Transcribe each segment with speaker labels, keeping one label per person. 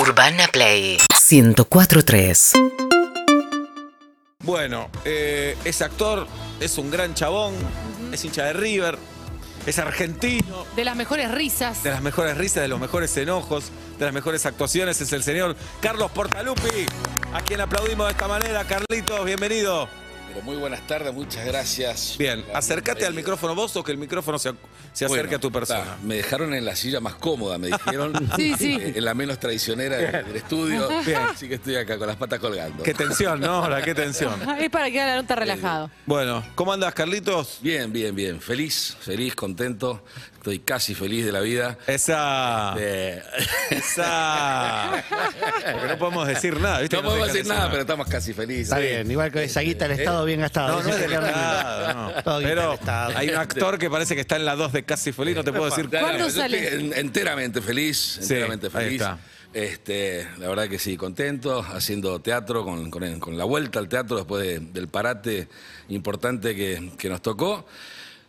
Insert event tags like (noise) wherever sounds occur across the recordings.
Speaker 1: Urbana Play 1043.
Speaker 2: Bueno, eh, es actor, es un gran chabón, es hincha de River, es argentino,
Speaker 3: De las mejores risas.
Speaker 2: de las mejores risas, de los mejores enojos, de las mejores actuaciones, es el señor Carlos Portalupi, a quien aplaudimos de esta manera. Carlitos, bienvenido.
Speaker 4: Pero muy buenas tardes, muchas gracias.
Speaker 2: Bien,
Speaker 4: La-
Speaker 2: acércate al micrófono vos o que el micrófono se, ac- se acerque
Speaker 4: Bueno,
Speaker 2: a tu persona.
Speaker 4: está, me dejaron en la silla más cómoda,
Speaker 2: (laughs)
Speaker 4: me dijeron.
Speaker 3: Sí, sí.
Speaker 4: Eh, En la menos traicionera de-
Speaker 2: (laughs)
Speaker 4: del estudio. Así que estoy acá con las patas colgando.
Speaker 2: Qué tensión, ¿no? Ahora, qué tensión.
Speaker 3: Ah, Es para que la nota relajado.
Speaker 2: Bueno, ¿cómo andas, Carlitos?
Speaker 4: Bien, bien, bien. Feliz, feliz, contento. Estoy casi feliz de la vida.
Speaker 2: Esa.
Speaker 4: Eh,
Speaker 2: Esa. Porque no podemos decir nada, ¿viste?
Speaker 4: (laughs) no
Speaker 2: nos
Speaker 4: podemos
Speaker 2: dejan
Speaker 4: decir nada,
Speaker 2: nada.
Speaker 4: pero estamos casi felices.
Speaker 5: Está bien, igual que esa guita del Estado bien gastada.
Speaker 2: No, no es
Speaker 5: Dice
Speaker 2: del
Speaker 5: que ahora-
Speaker 2: Estado, no.
Speaker 5: Todo guita
Speaker 2: Pero
Speaker 5: del Estado.
Speaker 2: hay un actor que parece que está en la 2 de Casi Feliz, no te puedo decir.
Speaker 4: Claro,
Speaker 3: ¿Cuándo
Speaker 4: yo
Speaker 3: sale?
Speaker 4: estoy en- enteramente feliz, enteramente
Speaker 2: ahí
Speaker 4: feliz.
Speaker 2: está.
Speaker 4: Este, la verdad que sí, contento, haciendo teatro, con, con- con la vuelta al teatro después de- del parate importante que, que nos tocó.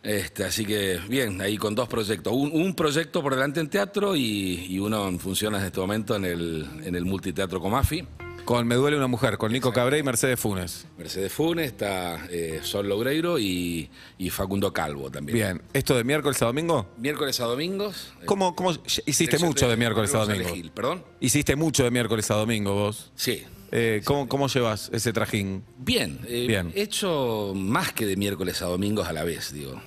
Speaker 4: Este, así que bien, ahí con dos proyectos. Un, un proyecto por delante en teatro y, y uno en funciones en este momento en el, en el multiteatro Comafi.
Speaker 2: Con Me Duele una Mujer, con Nico Cabré y Mercedes Funes.
Speaker 4: Mercedes Funes, está eh, Sol Logreiro y, y Facundo Calvo también.
Speaker 2: Bien, ¿esto de miércoles a domingo?
Speaker 4: Miércoles a domingos. eh,
Speaker 2: ¿Cómo, cómo hiciste
Speaker 4: dirección
Speaker 2: mucho de miércoles a
Speaker 4: González
Speaker 2: domingo?
Speaker 4: Gil, Perdón.
Speaker 2: Hiciste mucho de miércoles a domingo vos.
Speaker 4: Sí,
Speaker 2: Eh, ¿cómo, ¿Cómo llevas ese trajín?
Speaker 4: Bien, eh,
Speaker 2: Bien.
Speaker 4: he hecho más que de miércoles a domingos a la vez, digo.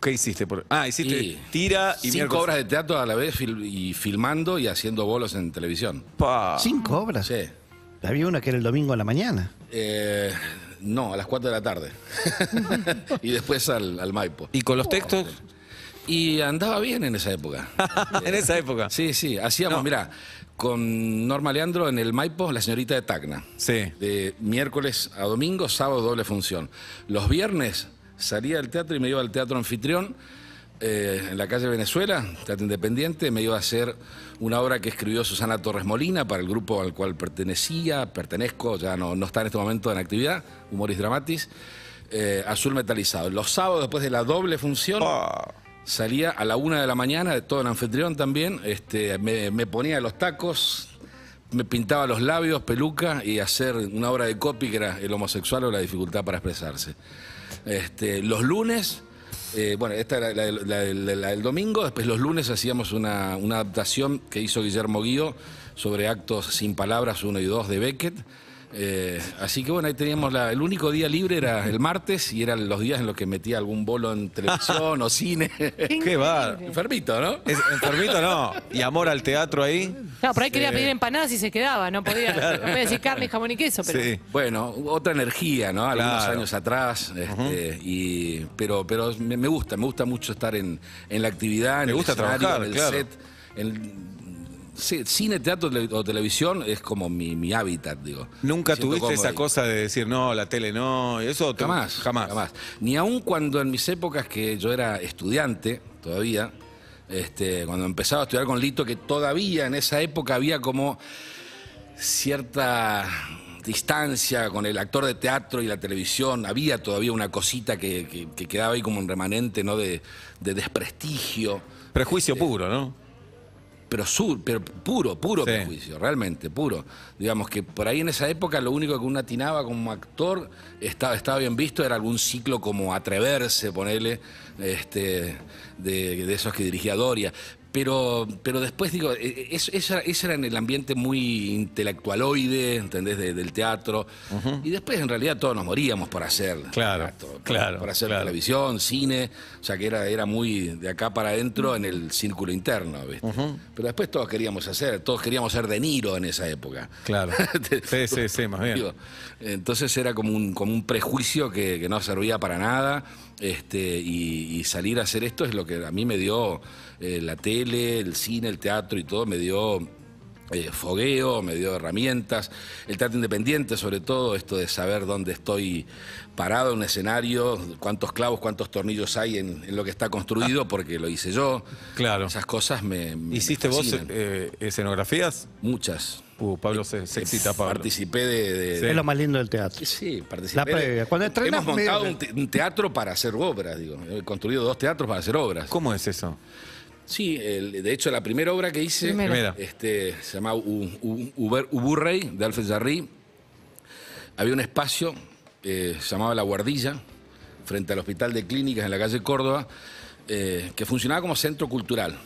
Speaker 2: ¿Qué hiciste? por- Ah, hiciste
Speaker 4: Y
Speaker 2: tira y
Speaker 4: cinco
Speaker 2: miércoles.
Speaker 4: obras de teatro a la vez fil- y filmando y haciendo bolos en televisión.
Speaker 2: Pa.
Speaker 5: Cinco obras.
Speaker 4: Sí.
Speaker 5: Había una que era el domingo a la mañana.
Speaker 4: Eh, no, a las 4 de la tarde. (laughs) y después al, al Maipo.
Speaker 2: ¿Y con los textos?
Speaker 4: Y andaba bien en esa época.
Speaker 2: (laughs) en esa época.
Speaker 4: Sí, sí,
Speaker 2: (laughs)
Speaker 4: hacíamos,
Speaker 2: No.
Speaker 4: mirá, con Norma Leandro en el Maipo, la señorita de Tacna.
Speaker 2: Sí.
Speaker 4: De miércoles a domingo, sábado doble función. Los viernes salía del teatro y me iba al teatro anfitrión eh, en la calle Venezuela, Teatro Independiente. Me iba a hacer una obra que escribió Susana Torres Molina para el grupo al cual pertenecía, pertenezco, ya no, no está en este momento en actividad, Humoris Dramatis. eh, azul metalizado. Los sábados, después de la doble función,
Speaker 2: Pa.
Speaker 4: Salía a la una de la mañana, todo el anfitrión también, este, me, me ponía los tacos, me pintaba los labios, peluca y hacer una obra de copy que era el homosexual o la dificultad para expresarse. Este, los lunes, eh, bueno, esta era la, del- la del- la del domingo, después los lunes hacíamos una, una adaptación que hizo Guillermo Guío sobre actos sin palabras 1 y 2 de Beckett. Eh, así que bueno, ahí teníamos la- el único día libre era el martes y eran los días en los que metía algún bolo en televisión o cine.
Speaker 2: Qué va.
Speaker 4: Enfermito, ¿no?
Speaker 2: Es- enfermito no. Y amor al teatro ahí.
Speaker 3: Claro, por ahí quería pedir empanadas y se quedaba, no podía. No podía decir carne, jamón y queso, pero.
Speaker 2: Sí.
Speaker 4: Bueno, otra energía, ¿no? Algunos
Speaker 2: Claro.
Speaker 4: años atrás. este, y, pero pero me, me gusta, me gusta mucho estar en, en la actividad, en
Speaker 2: Te
Speaker 4: el
Speaker 2: gusta
Speaker 4: escenario,
Speaker 2: trabajar,
Speaker 4: en el
Speaker 2: claro.
Speaker 4: set. en- sí, cine, teatro tele- o televisión es como mi, mi hábitat, digo.
Speaker 2: ¿Nunca
Speaker 4: Me siento
Speaker 2: tuviste
Speaker 4: cómodo
Speaker 2: esa
Speaker 4: ahí.
Speaker 2: cosa de decir, no, la tele no, y eso? te-
Speaker 4: Jamás,
Speaker 2: Jamás.
Speaker 4: jamás. Ni aun cuando en mis épocas que yo era estudiante, todavía, este, cuando empezaba a estudiar con Lito, que todavía en esa época había como cierta distancia con el actor de teatro y la televisión, había todavía una cosita que, que- que quedaba ahí como un remanente ¿no? de, de desprestigio,
Speaker 2: Prejuicio puro, ¿no?
Speaker 4: pero, sur, pero puro, puro
Speaker 2: Sí.
Speaker 4: prejuicio, realmente puro. Digamos que por ahí en esa época lo único que uno atinaba como actor estaba, estaba bien visto era algún ciclo como atreverse, ponele, este, de, de esos que dirigía Doria. Pero, pero después digo, eh, eso, eso era, eso era en el ambiente muy intelectualoide, ¿entendés? De- del teatro. Y después en realidad todos nos moríamos por hacer
Speaker 2: Claro,
Speaker 4: teatro, por-
Speaker 2: claro,
Speaker 4: por hacer
Speaker 2: claro.
Speaker 4: televisión, cine, o sea que era, era muy de acá para adentro en el círculo interno, ¿viste? Pero después todos queríamos hacer, todos queríamos ser De Niro en esa época.
Speaker 2: Claro. (laughs) sí, sí, sí, más bien.
Speaker 4: (laughs) Digo, entonces era como un, como un prejuicio que, que no servía para nada. Este, y, y salir a hacer esto es lo que a mí me dio eh, la tele, el cine, el teatro y todo, me dio eh, fogueo, me dio herramientas, el teatro independiente sobre todo, esto de saber dónde estoy parado en un escenario, cuántos clavos, cuántos tornillos hay en, en lo que está
Speaker 2: Ah.
Speaker 4: construido, porque lo hice yo.
Speaker 2: Claro.
Speaker 4: Esas cosas me... me
Speaker 2: ¿Hiciste vos
Speaker 4: fascinan.
Speaker 2: eh, escenografías?
Speaker 4: Muchas.
Speaker 2: Uh, Pablo se, se excita, Pablo.
Speaker 4: Participé de- de,
Speaker 2: Sí.
Speaker 5: Es lo más lindo del teatro.
Speaker 4: Sí, participé.
Speaker 5: La previa. Cuando estrenas,
Speaker 4: Hemos montado
Speaker 5: medio-
Speaker 4: un, te- un teatro para hacer obras, digo. He construido dos teatros para hacer obras.
Speaker 2: ¿Cómo es eso?
Speaker 4: Sí, el- de hecho la primera obra que hice
Speaker 3: Primera.
Speaker 2: Primera.
Speaker 4: este, se llamaba U- U- Uber- Uburrey, de Alfred Jarry. Había un espacio, eh, se llamaba La Guardilla, frente al Hospital de Clínicas en la calle Córdoba, eh, que funcionaba como centro cultural,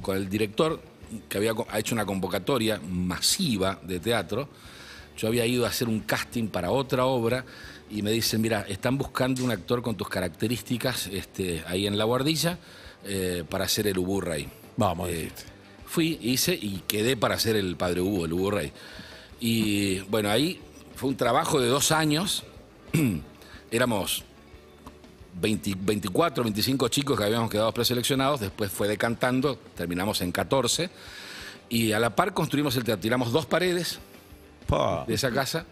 Speaker 4: con el director que había co- ha hecho una convocatoria masiva de teatro. Yo había ido a hacer un casting para otra obra y me dicen, mira, están buscando un actor con tus características este, ahí en La Guardilla eh, para hacer el Ubu Rey.
Speaker 2: Vamos,
Speaker 4: Eh,
Speaker 2: dijiste.
Speaker 4: Fui, hice y quedé para ser el padre Hugo, el Hugo Rey. Y bueno, ahí fue un trabajo de dos años. (clears throat) Éramos 20 24, 25 chicos que habíamos quedado preseleccionados. Después fue decantando, terminamos en 14. Y a la par construimos el teatro. Tiramos dos paredes
Speaker 2: Pa.
Speaker 4: de esa casa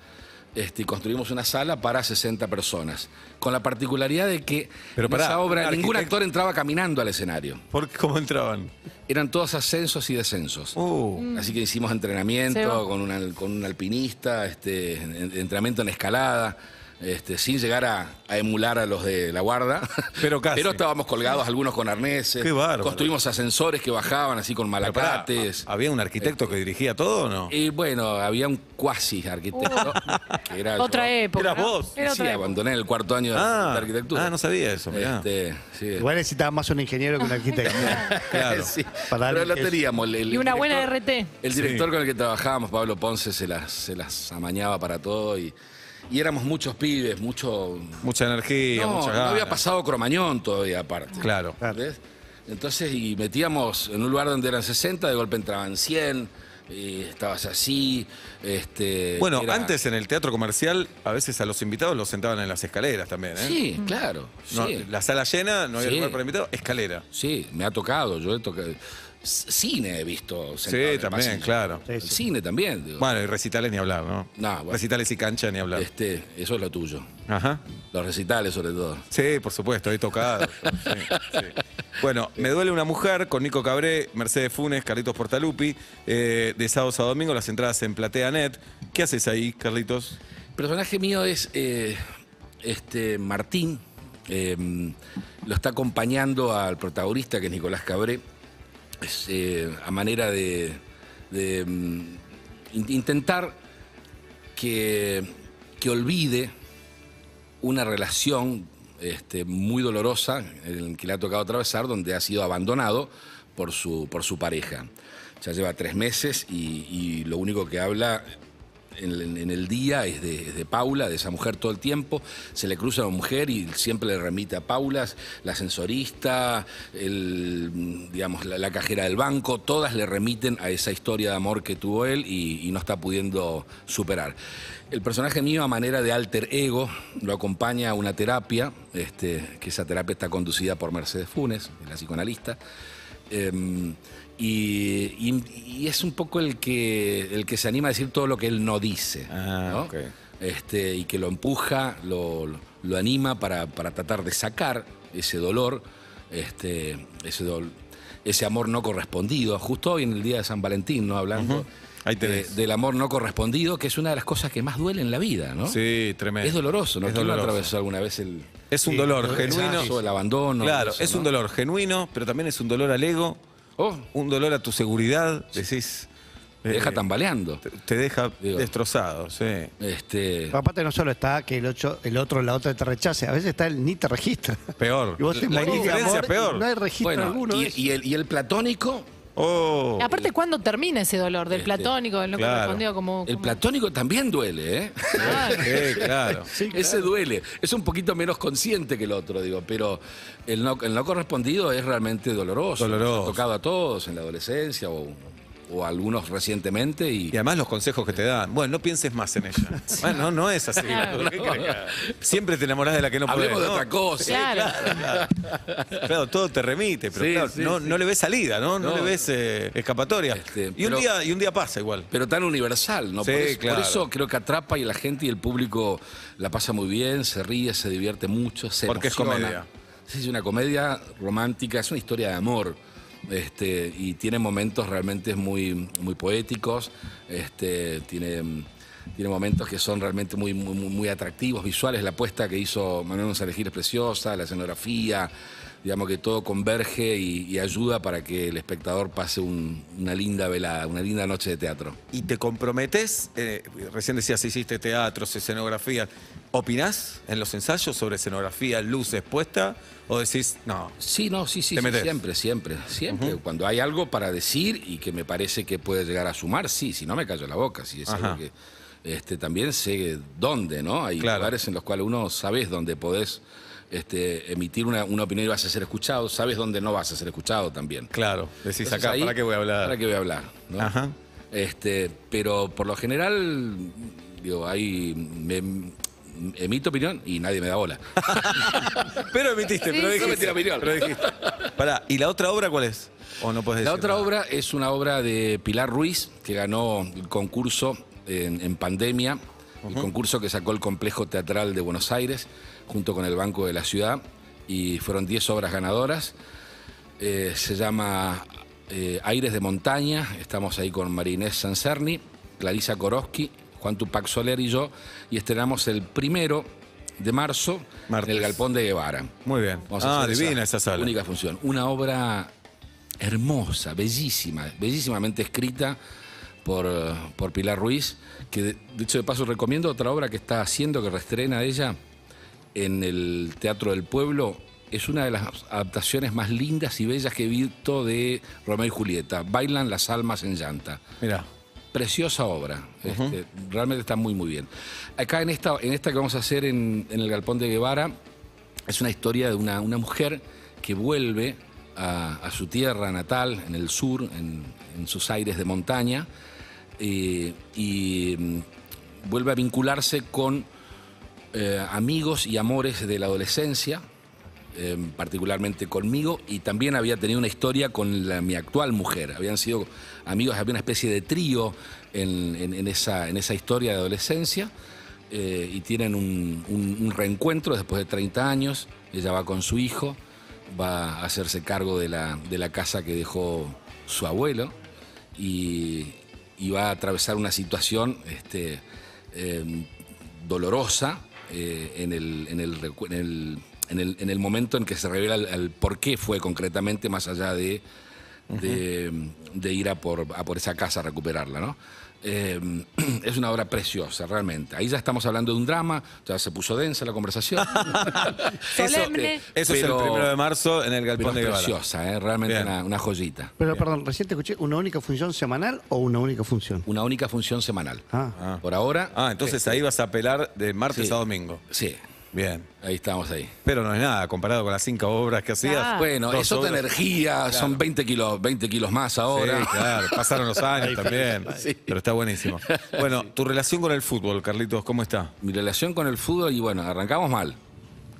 Speaker 4: este, y construimos una sala para 60 personas. Con la particularidad de que
Speaker 2: Pero
Speaker 4: en
Speaker 2: pará,
Speaker 4: esa obra ningún
Speaker 2: arquitecto-
Speaker 4: actor entraba caminando al escenario.
Speaker 2: ¿Por qué- ¿Cómo entraban?
Speaker 4: Eran todos ascensos y descensos.
Speaker 2: Uh,
Speaker 4: Así que hicimos
Speaker 3: Mm. Se
Speaker 4: entrenamiento
Speaker 3: va.
Speaker 4: con, una- con un alpinista, este, en- en- entrenamiento en escalada, este, sin llegar a, a emular a los de la guarda.
Speaker 2: (laughs) Pero casi.
Speaker 4: estábamos colgados algunos con arneses.
Speaker 2: Qué bárbaro.
Speaker 4: Construimos ascensores que bajaban así con
Speaker 2: pero pará,
Speaker 4: malacates.
Speaker 2: ¿Había un arquitecto
Speaker 4: Este,
Speaker 2: que dirigía todo o no?
Speaker 4: Y bueno, había un cuasi arquitecto. que era yo.
Speaker 3: Oh. Otra época.
Speaker 2: Eras
Speaker 3: ¿no?
Speaker 2: vos.
Speaker 3: Era
Speaker 4: Sí,
Speaker 3: otra época.
Speaker 4: abandoné el cuarto año de
Speaker 2: Ah,
Speaker 4: de arquitectura.
Speaker 2: ah, no sabía eso, mirá.
Speaker 4: Este,
Speaker 2: (laughs)
Speaker 4: sí.
Speaker 5: Igual necesitaba más un ingeniero que un arquitecto.
Speaker 2: Claro.
Speaker 4: (laughs) Sí,
Speaker 5: Para
Speaker 4: pero
Speaker 5: darle
Speaker 4: lo
Speaker 5: que es-
Speaker 4: teníamos. el- el
Speaker 3: Y una buena
Speaker 4: director-
Speaker 3: RT.
Speaker 4: El director con el que trabajábamos, Pablo Ponce, se las, se las amañaba para todo y, y éramos muchos pibes, mucho...
Speaker 2: Mucha energía,
Speaker 4: No,
Speaker 2: mucha
Speaker 4: no
Speaker 2: ganas.
Speaker 4: había pasado Cromañón todavía aparte.
Speaker 2: Claro.
Speaker 4: ¿Entendés? Entonces, y metíamos en un lugar donde eran 60, de golpe entraban 100, y estabas así. Este,
Speaker 2: Bueno,
Speaker 4: era-
Speaker 2: antes en el teatro comercial, a veces a los invitados los sentaban en las escaleras también, ¿eh?
Speaker 4: Sí, claro.
Speaker 2: No,
Speaker 4: sí.
Speaker 2: La sala llena, no había
Speaker 4: Sí.
Speaker 2: lugar para invitados, escalera.
Speaker 4: Sí, me ha tocado, yo he tocado. C- Cine he visto. sentado en
Speaker 2: sí,
Speaker 4: el
Speaker 2: también,
Speaker 4: pasillo.
Speaker 2: claro.
Speaker 5: Sí,
Speaker 4: El
Speaker 5: sí.
Speaker 4: Cine también, digo.
Speaker 2: Bueno, y recitales ni hablar, ¿no?
Speaker 4: No, bueno.
Speaker 2: Recitales y cancha ni hablar.
Speaker 4: Este, eso es lo tuyo.
Speaker 2: Ajá.
Speaker 4: Los recitales, sobre todo.
Speaker 2: Sí, por supuesto, he tocado. Sí, sí. Bueno, Me duele una mujer con Nico Cabré, Mercedes Funes, Carlitos Portalupi, eh, de sábados a domingo, las entradas en PlateaNet. ¿Qué haces ahí, Carlitos?
Speaker 4: El personaje mío es eh, este Martín. eh, lo está acompañando al protagonista, que es Nicolás Cabré, es, eh, a manera de, de, mm, in- intentar que, que olvide una relación este, muy dolorosa en que le ha tocado atravesar, donde ha sido abandonado por su, por su pareja. Ya lleva tres meses y, y lo único que habla en, en el día es de, es de Paula, de esa mujer todo el tiempo. Se le cruza una mujer y siempre le remite a Paula, la ascensorista, el, digamos, la, la cajera del banco, todas le remiten a esa historia de amor que tuvo él y, y no está pudiendo superar. El personaje mío, a manera de alter ego, lo acompaña a una terapia, este, que esa terapia está conducida por Mercedes Funes, la psicoanalista. Eh, y, y- y es un poco el que, el que se anima a decir todo lo que él no dice.
Speaker 2: Ah,
Speaker 4: ¿no?
Speaker 2: ok.
Speaker 4: Este, y que lo empuja, lo, lo- lo anima para, para tratar de sacar ese dolor, este, ese, dol- ese amor no correspondido. Justo hoy en el día de San Valentín, ¿no? Hablando
Speaker 2: Ahí
Speaker 4: de-
Speaker 2: tenés.
Speaker 4: del amor no correspondido, que es una de las cosas que más duele en la vida, ¿no?
Speaker 2: Sí, tremendo.
Speaker 4: Es doloroso, ¿no?
Speaker 2: Es
Speaker 4: ¿Quién no
Speaker 2: doloroso.
Speaker 4: atravesó alguna vez el,
Speaker 2: Es un dolor
Speaker 5: el
Speaker 2: genuino.
Speaker 4: rechazo, el abandono?
Speaker 2: Claro,
Speaker 4: eso,
Speaker 2: es un
Speaker 4: ¿no?
Speaker 2: dolor genuino, pero también es un dolor al ego,
Speaker 4: Oh,
Speaker 2: un dolor a tu seguridad. Decís.
Speaker 4: te deja
Speaker 2: eh,
Speaker 4: tambaleando.
Speaker 2: te- Te deja
Speaker 4: Digo.
Speaker 2: destrozado, sí.
Speaker 4: Este,
Speaker 5: Pero aparte no solo está que el, ocho- el otro la otra te rechace, a veces está el ni te registra.
Speaker 2: Peor.
Speaker 5: Y vos te
Speaker 2: La
Speaker 5: morís de
Speaker 2: indiferencia
Speaker 5: amor
Speaker 2: es peor.
Speaker 5: y No hay registro
Speaker 4: bueno,
Speaker 5: alguno. de
Speaker 4: y,
Speaker 5: eso.
Speaker 4: y el, y el platónico,
Speaker 2: Oh.
Speaker 3: Aparte, ¿cuándo termina ese dolor del
Speaker 4: Este,
Speaker 3: platónico, del no
Speaker 2: claro.
Speaker 3: correspondido? Como,
Speaker 4: el
Speaker 3: como-
Speaker 4: platónico también duele, ¿eh?
Speaker 3: Claro.
Speaker 2: Sí, claro.
Speaker 4: (laughs) Ese duele. Es un poquito menos consciente que el otro, digo, pero el no, el no correspondido es realmente doloroso.
Speaker 2: Doloroso.
Speaker 4: Nos ha tocado a todos en la adolescencia o, o a algunos recientemente y.
Speaker 2: Y además los consejos que te dan. Bueno, no pienses más en ella. Bueno, no, no es así.
Speaker 3: Claro.
Speaker 2: ¿Qué crees que- Siempre te enamorás de la que no podés.
Speaker 4: Hablemos de
Speaker 2: ¿no?
Speaker 4: otra cosa.
Speaker 3: Claro.
Speaker 2: Claro, todo te remite, pero
Speaker 4: Sí,
Speaker 2: claro,
Speaker 4: sí,
Speaker 2: no,
Speaker 4: sí.
Speaker 2: no le ves salida, ¿no? No,
Speaker 4: No.
Speaker 2: le ves eh, escapatoria.
Speaker 4: Este,
Speaker 2: y, un
Speaker 4: pero-
Speaker 2: día, y un día pasa igual.
Speaker 4: Pero tan universal, ¿no?
Speaker 2: Sí,
Speaker 4: por, eso, por
Speaker 2: claro.
Speaker 4: eso creo que atrapa y la gente y el público la pasa muy bien, se ríe, se divierte mucho, se
Speaker 2: Porque es
Speaker 4: emociona.
Speaker 2: comedia.
Speaker 4: Sí, es una comedia romántica, es una historia de amor. Este, y tiene momentos realmente muy, muy poéticos. Este, tiene mm, Tiene momentos que son realmente muy, muy, muy- muy atractivos, visuales. La apuesta que hizo Manuel González Gil es preciosa, la escenografía, digamos que todo converge y, y ayuda para que el espectador pase un- una linda velada, una linda noche de teatro.
Speaker 2: ¿Y te comprometes? Eh, recién decías, hiciste teatros, escenografía. ¿Opinás en los ensayos sobre escenografía, luces, puesta? ¿O decís, no?
Speaker 4: Sí, no, sí, sí,
Speaker 2: Te
Speaker 4: sí,
Speaker 2: metes.
Speaker 4: siempre, siempre, siempre. Cuando hay algo para decir y que me parece que puede llegar a sumar, sí, si no me callo la boca, si es
Speaker 2: Ajá.
Speaker 4: algo que este, también sé dónde, ¿no? Hay
Speaker 2: Claro.
Speaker 4: lugares en los cuales uno sabes dónde podés este, emitir una, una opinión y vas a ser escuchado, sabes dónde no vas a ser escuchado también.
Speaker 2: Claro, decís
Speaker 4: Entonces,
Speaker 2: acá,
Speaker 4: ahí,
Speaker 2: ¿para qué voy a hablar?
Speaker 4: ¿Para qué voy a hablar? ¿no?
Speaker 2: Ajá.
Speaker 4: Este, pero por lo general, digo, ahí me- emito opinión y nadie me da bola.
Speaker 2: Pero emitiste, pero
Speaker 4: sí,
Speaker 2: dijiste.
Speaker 4: sí. No me tira opinión.
Speaker 2: Pero dijiste. Pará, ¿y la otra obra cuál es? ¿O no puedes
Speaker 4: La
Speaker 2: decir
Speaker 4: otra
Speaker 2: nada?
Speaker 4: obra es una obra de Pilar Ruiz, que ganó el concurso en, en pandemia, el concurso que sacó el Complejo Teatral de Buenos Aires, junto con el Banco de la Ciudad, y fueron 10 obras ganadoras. Eh, se llama eh, Aires de Montaña, estamos ahí con Marinés Sancerni, Clarisa Koroski, Juan Tupac Soler y yo, y estrenamos el primero de marzo en
Speaker 2: Martes.
Speaker 4: el Galpón de Guevara.
Speaker 2: Muy bien.
Speaker 4: Vamos a
Speaker 2: ah,
Speaker 4: hacer
Speaker 2: divina esa, sala.
Speaker 4: Única función. Una obra hermosa, bellísima, bellísimamente escrita por, eh, por Pilar Ruiz, que de, de hecho de paso recomiendo otra obra que está haciendo, que restrena ella en el Teatro del Pueblo. Es una de las adaptaciones más lindas y bellas que he visto de Romeo y Julieta. Bailan las almas en llanta.
Speaker 2: Mirá.
Speaker 4: Preciosa obra. Este, realmente está muy, muy bien. Acá en esta, en esta que vamos a hacer en, en el Galpón de Guevara, es una historia de una, una mujer que vuelve a, a su tierra natal, en el sur, en, en sus aires de montaña, eh, y mm, vuelve a vincularse con eh, amigos y amores de la adolescencia, eh, particularmente conmigo, y también había tenido una historia con la- mi actual mujer. Habían sido amigos, había una especie de trío en, en- en esa, en esa historia de adolescencia, eh, y tienen un, un- un reencuentro después de 30 años, ella va con su hijo, va a hacerse cargo de la, de la casa que dejó su abuelo, y, y va a atravesar una situación este, eh, dolorosa eh, en, el, en, el, recu- en, el, en el- en el momento en que se revela el, el por qué fue concretamente, más allá de, de, em, de ir a por, a por esa casa a recuperarla, ¿no? Eh, (clears throat) es una obra preciosa, realmente. Ahí ya estamos hablando de un drama, ya se puso densa
Speaker 2: (laughs)
Speaker 4: la conversación.
Speaker 3: Solemne.
Speaker 2: Eso, eso
Speaker 4: Pero-
Speaker 2: es el primero de marzo en el
Speaker 4: pero
Speaker 2: Galpón
Speaker 4: es
Speaker 2: de Guevara.
Speaker 4: preciosa, eh, realmente
Speaker 2: Bien.
Speaker 4: una, una joyita.
Speaker 5: Pero perdón, recién te escuché, ¿una única función semanal o una única función?
Speaker 4: Una única función semanal.
Speaker 5: Ah.
Speaker 4: Por ahora.
Speaker 2: Ah, entonces ahí vas a apelar de martes
Speaker 4: Sí.
Speaker 2: a domingo.
Speaker 4: Sí,
Speaker 2: Bien.
Speaker 4: ahí estamos ahí.
Speaker 2: Pero no es nada comparado con las cinco obras que hacías.
Speaker 3: Ah.
Speaker 4: Bueno,
Speaker 2: Dos
Speaker 4: es otra
Speaker 2: obras.
Speaker 4: energía, son 20 kilos, 20 kilos más ahora.
Speaker 2: Sí, claro, pasaron los (laughs) años también. Pero está (laughs) buenísimo. Bueno, tu relación con el fútbol, Carlitos, ¿cómo está?
Speaker 4: Mi relación con el fútbol, y bueno, arrancamos mal.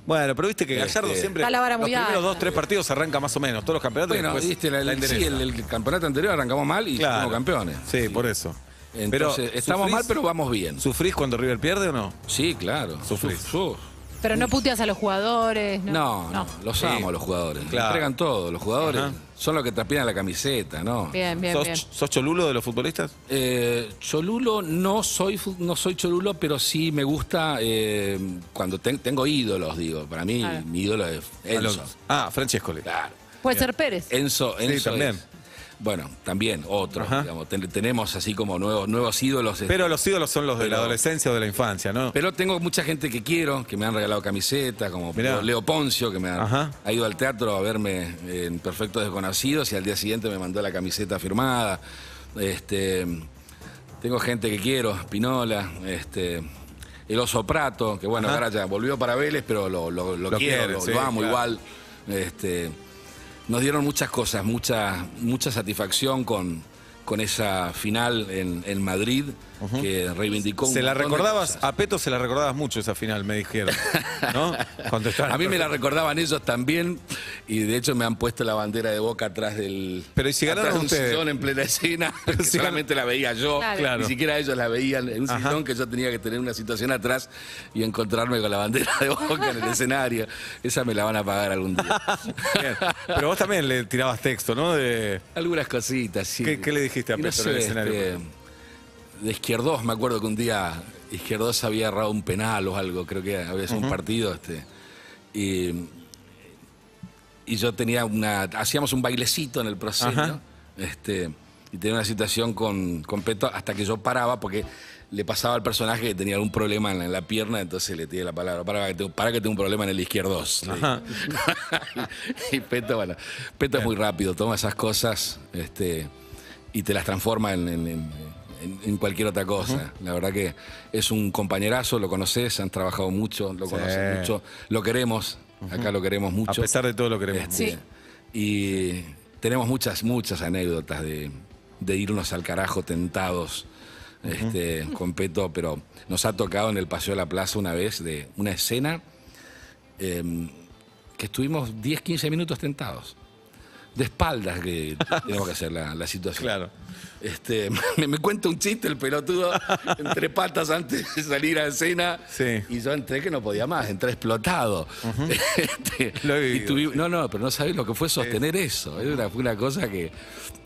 Speaker 2: Bueno, pero viste que Gallardo
Speaker 4: Este-
Speaker 2: siempre.
Speaker 3: Está la vara
Speaker 2: los
Speaker 3: muy
Speaker 2: primeros
Speaker 3: alta.
Speaker 2: dos, tres partidos arranca más o menos. Todos los campeonatos. y
Speaker 4: Bueno,
Speaker 2: después
Speaker 4: viste, la-
Speaker 2: pues, la
Speaker 4: el, sí,
Speaker 2: endereza.
Speaker 4: el, el campeonato anterior arrancamos mal y
Speaker 2: Claro.
Speaker 4: fuimos campeones.
Speaker 2: Sí, por eso.
Speaker 4: Entonces, estamos
Speaker 2: ¿sufrís-
Speaker 4: mal, pero vamos bien.
Speaker 2: ¿Sufrís cuando River pierde o no?
Speaker 4: Sí, claro.
Speaker 2: Sufrís.
Speaker 4: Suf- suf.
Speaker 3: Pero no puteas a los jugadores.
Speaker 4: No, no, los amo a los jugadores.
Speaker 2: Claro.
Speaker 4: Entregan todo, los jugadores
Speaker 2: Ajá.
Speaker 4: son los que transpiran la camiseta, ¿no?
Speaker 3: Bien, bien,
Speaker 2: ¿Sos,
Speaker 3: bien.
Speaker 2: sos cholulo de los futbolistas?
Speaker 4: Eh, Cholulo, no soy, fu- no soy Cholulo, pero sí me gusta eh, cuando ten- tengo ídolos, digo. Para mí,
Speaker 3: Claro.
Speaker 4: mi ídolo es Enzo.
Speaker 2: Alonso. Ah, Francescoli.
Speaker 4: Claro.
Speaker 3: Puede ser Pérez.
Speaker 4: Enzo,
Speaker 2: Sí,
Speaker 4: Enzo
Speaker 2: también.
Speaker 4: es- bueno, también otro.
Speaker 2: Ajá.
Speaker 4: digamos. Ten- tenemos así como nuevos, nuevos ídolos. este,
Speaker 2: Pero los ídolos son los de la
Speaker 4: Pero-
Speaker 2: adolescencia o de la infancia, ¿no?
Speaker 4: pero tengo mucha gente que quiero, que me han regalado camisetas, como
Speaker 2: Mirá.
Speaker 4: Leo Poncio, que me ha,
Speaker 2: Ajá.
Speaker 4: ha ido al teatro a verme en Perfectos Desconocidos y al día siguiente me mandó la camiseta firmada. Este, tengo gente que quiero, Pinola, este, el Oso Prato, que bueno,
Speaker 2: Ajá.
Speaker 4: ahora ya volvió para Vélez, pero lo, lo- lo
Speaker 2: Lo
Speaker 4: quiero,
Speaker 2: quiere,
Speaker 4: lo,
Speaker 2: sí,
Speaker 4: lo amo
Speaker 2: claro.
Speaker 4: igual. Este, nos dieron muchas cosas, mucha, mucha satisfacción con, con esa final en, en Madrid, que reivindicó un
Speaker 2: se la
Speaker 4: montón de
Speaker 2: recordabas,
Speaker 4: cosas.
Speaker 2: a Peto se la recordabas mucho esa final, me dijeron.
Speaker 4: (laughs)
Speaker 2: ¿No? Cuando estaban-
Speaker 4: A mí me la recordaban ellos también y de hecho me han puesto la bandera de Boca atrás del
Speaker 2: Pero, ¿y si ganaron
Speaker 4: atrás de un
Speaker 2: ustedes?
Speaker 4: sillón en
Speaker 2: (laughs)
Speaker 4: plena escena, que
Speaker 2: si
Speaker 4: solamente la veía yo,
Speaker 3: Claro.
Speaker 2: Claro.
Speaker 4: ni siquiera ellos la veían, en un
Speaker 2: Ajá.
Speaker 4: sillón que yo tenía que tener una situación atrás y encontrarme con la bandera de Boca en el escenario. Esa me la van a pagar algún día.
Speaker 2: Bien. Pero vos también le tirabas texto, ¿no? De-
Speaker 4: Algunas cositas, sí.
Speaker 2: ¿Qué- qué le dijiste a
Speaker 4: Y no
Speaker 2: Petro en
Speaker 4: sé,
Speaker 2: el escenario?
Speaker 4: este, de Izquierdos, me acuerdo que un día Izquierdos había errado un penal o algo, creo que había sido un partido, este, y, y yo tenía una, hacíamos un bailecito en el proceso,
Speaker 2: Ajá.
Speaker 4: este, y tenía una situación con, con Peto hasta que yo paraba porque le pasaba al personaje que tenía algún problema en la, en la pierna, entonces le tiré la palabra, para que tengo, para que tengo un problema en el Izquierdos. le dije. (laughs) y Peto, bueno, Peto es muy rápido, toma esas cosas este, y te las transforma en, en- en- en- en cualquier otra cosa. La verdad que es un compañerazo, lo conoces, han trabajado mucho, lo
Speaker 2: Sí.
Speaker 4: conocen mucho, lo queremos, acá lo queremos
Speaker 2: A
Speaker 4: mucho.
Speaker 2: pesar de todo lo queremos.
Speaker 4: Este,
Speaker 3: Sí.
Speaker 4: Y tenemos muchas, muchas anécdotas de, de irnos al carajo tentados este, con Peto, pero nos ha tocado en el Paseo de la Plaza una vez de una escena eh, que estuvimos 10, 15 minutos tentados. De espaldas que tenemos que hacer la, la situación.
Speaker 2: Claro.
Speaker 4: Este, (laughs) me, me cuenta un chiste el pelotudo entre patas antes de salir a escena.
Speaker 2: Sí.
Speaker 4: Y yo entré que no podía más, entré explotado. Este,
Speaker 2: (laughs) Lo he
Speaker 4: y
Speaker 2: vivido,
Speaker 4: tuvi- No, no, pero no sabés lo que fue sostener eso. Era una, fue una cosa que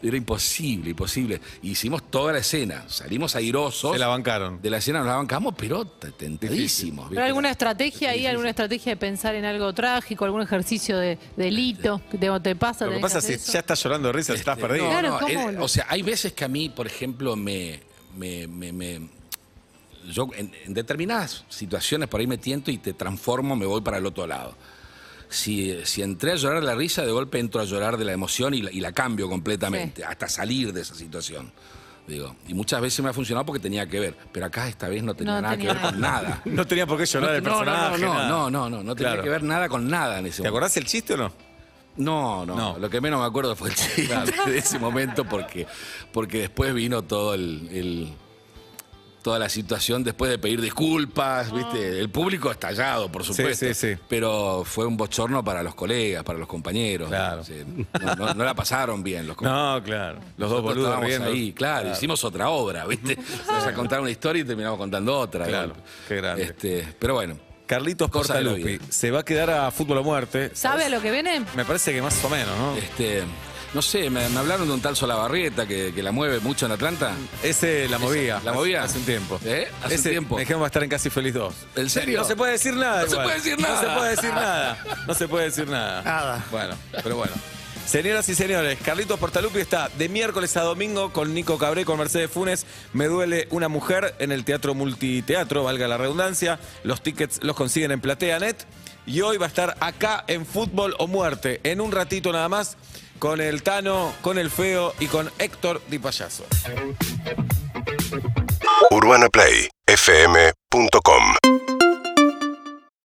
Speaker 4: era imposible, imposible. E Hicimos toda la escena, salimos airosos.
Speaker 2: Se la bancaron.
Speaker 4: De la escena nos la bancamos, pero t- tentadísimos.
Speaker 3: ¿Pero
Speaker 4: ¿viste?
Speaker 3: alguna estrategia ahí? ¿Alguna estrategia de pensar en algo trágico? ¿Algún ejercicio de delito? que ¿Te, te pasa?
Speaker 2: Lo que
Speaker 3: tenés
Speaker 2: pasa es
Speaker 3: hacer
Speaker 2: que
Speaker 3: eso?
Speaker 2: ya estás llorando de risa, estás
Speaker 4: Este,
Speaker 2: perdido.
Speaker 4: no,
Speaker 3: Claro,
Speaker 4: no,
Speaker 3: ¿cómo
Speaker 4: eh,
Speaker 3: no?
Speaker 4: o sea, hay veces que a mí, por ejemplo, me. me- me- me- yo en, en determinadas situaciones por ahí me tiento y te transformo, me voy para el otro lado. Si, si entré a llorar de la risa, de golpe entro a llorar de la emoción y la, y la cambio completamente, hasta salir de esa situación. Digo, y muchas veces me ha funcionado porque tenía que ver, pero acá esta vez no tenía
Speaker 3: No
Speaker 4: nada
Speaker 3: tenía
Speaker 4: que ver con nada.
Speaker 2: No tenía por qué (laughs) llorar el
Speaker 4: no, no,
Speaker 2: personaje.
Speaker 4: no,
Speaker 2: nada.
Speaker 4: no, no, no, no tenía
Speaker 2: Claro.
Speaker 4: que ver nada con nada en ese
Speaker 2: ¿Te
Speaker 4: momento.
Speaker 2: acordás el chiste o no?
Speaker 4: No, no,
Speaker 2: No.
Speaker 4: Lo que menos me acuerdo fue el chiste (laughs) de ese momento porque, porque después vino todo el, el- toda la situación después de pedir disculpas, ¿viste? El público estallado, por supuesto.
Speaker 2: Ah. sí, sí.
Speaker 4: Pero fue un bochorno para los colegas, para los compañeros.
Speaker 2: Claro.
Speaker 4: Sí, No, no- no la pasaron bien los compañeros.
Speaker 2: (laughs) No, claro. Los dos
Speaker 4: Nosotros
Speaker 2: boludos
Speaker 4: estábamos
Speaker 2: riendo.
Speaker 4: ahí, claro, hicimos otra obra, ¿viste?
Speaker 2: (laughs)
Speaker 4: Vamos a contar una historia y terminamos contando otra. de
Speaker 2: Claro,
Speaker 4: golpe.
Speaker 2: qué grande.
Speaker 4: Este, pero bueno,
Speaker 2: Carlitos
Speaker 4: Cosa de la
Speaker 2: Portalupi
Speaker 4: vida.
Speaker 2: se va a quedar a fútbol a muerte.
Speaker 3: ¿Sabe a lo que viene?
Speaker 2: Me parece que más o menos, ¿no?
Speaker 4: este, no sé, me, me hablaron de un tal Solabarrieta que, que la mueve mucho en Atlanta.
Speaker 2: Ese la movía.
Speaker 4: ¿La movía?
Speaker 2: Hace un tiempo.
Speaker 4: ¿Eh? Hace un
Speaker 2: Ese,
Speaker 4: tiempo.
Speaker 2: Me dijeron va a estar en Casi Feliz 2.
Speaker 4: ¿En serio?
Speaker 2: No se puede decir nada.
Speaker 4: No se
Speaker 2: igual.
Speaker 4: puede decir
Speaker 2: No se
Speaker 4: nada.
Speaker 2: puede decir nada. No se puede decir nada.
Speaker 5: Nada.
Speaker 2: Bueno, pero bueno. Señoras y señores, Carlitos Portalupi está de miércoles a domingo con Nico Cabré, con Mercedes Funes. Me duele una mujer en el Teatro Multiteatro, valga la redundancia. Los tickets los consiguen en PlateaNet. Y hoy va a estar acá en Fútbol o Muerte, en un ratito nada más, con el Tano, con el Feo y con Héctor Di Payaso.
Speaker 6: UrbanaPlayFM.com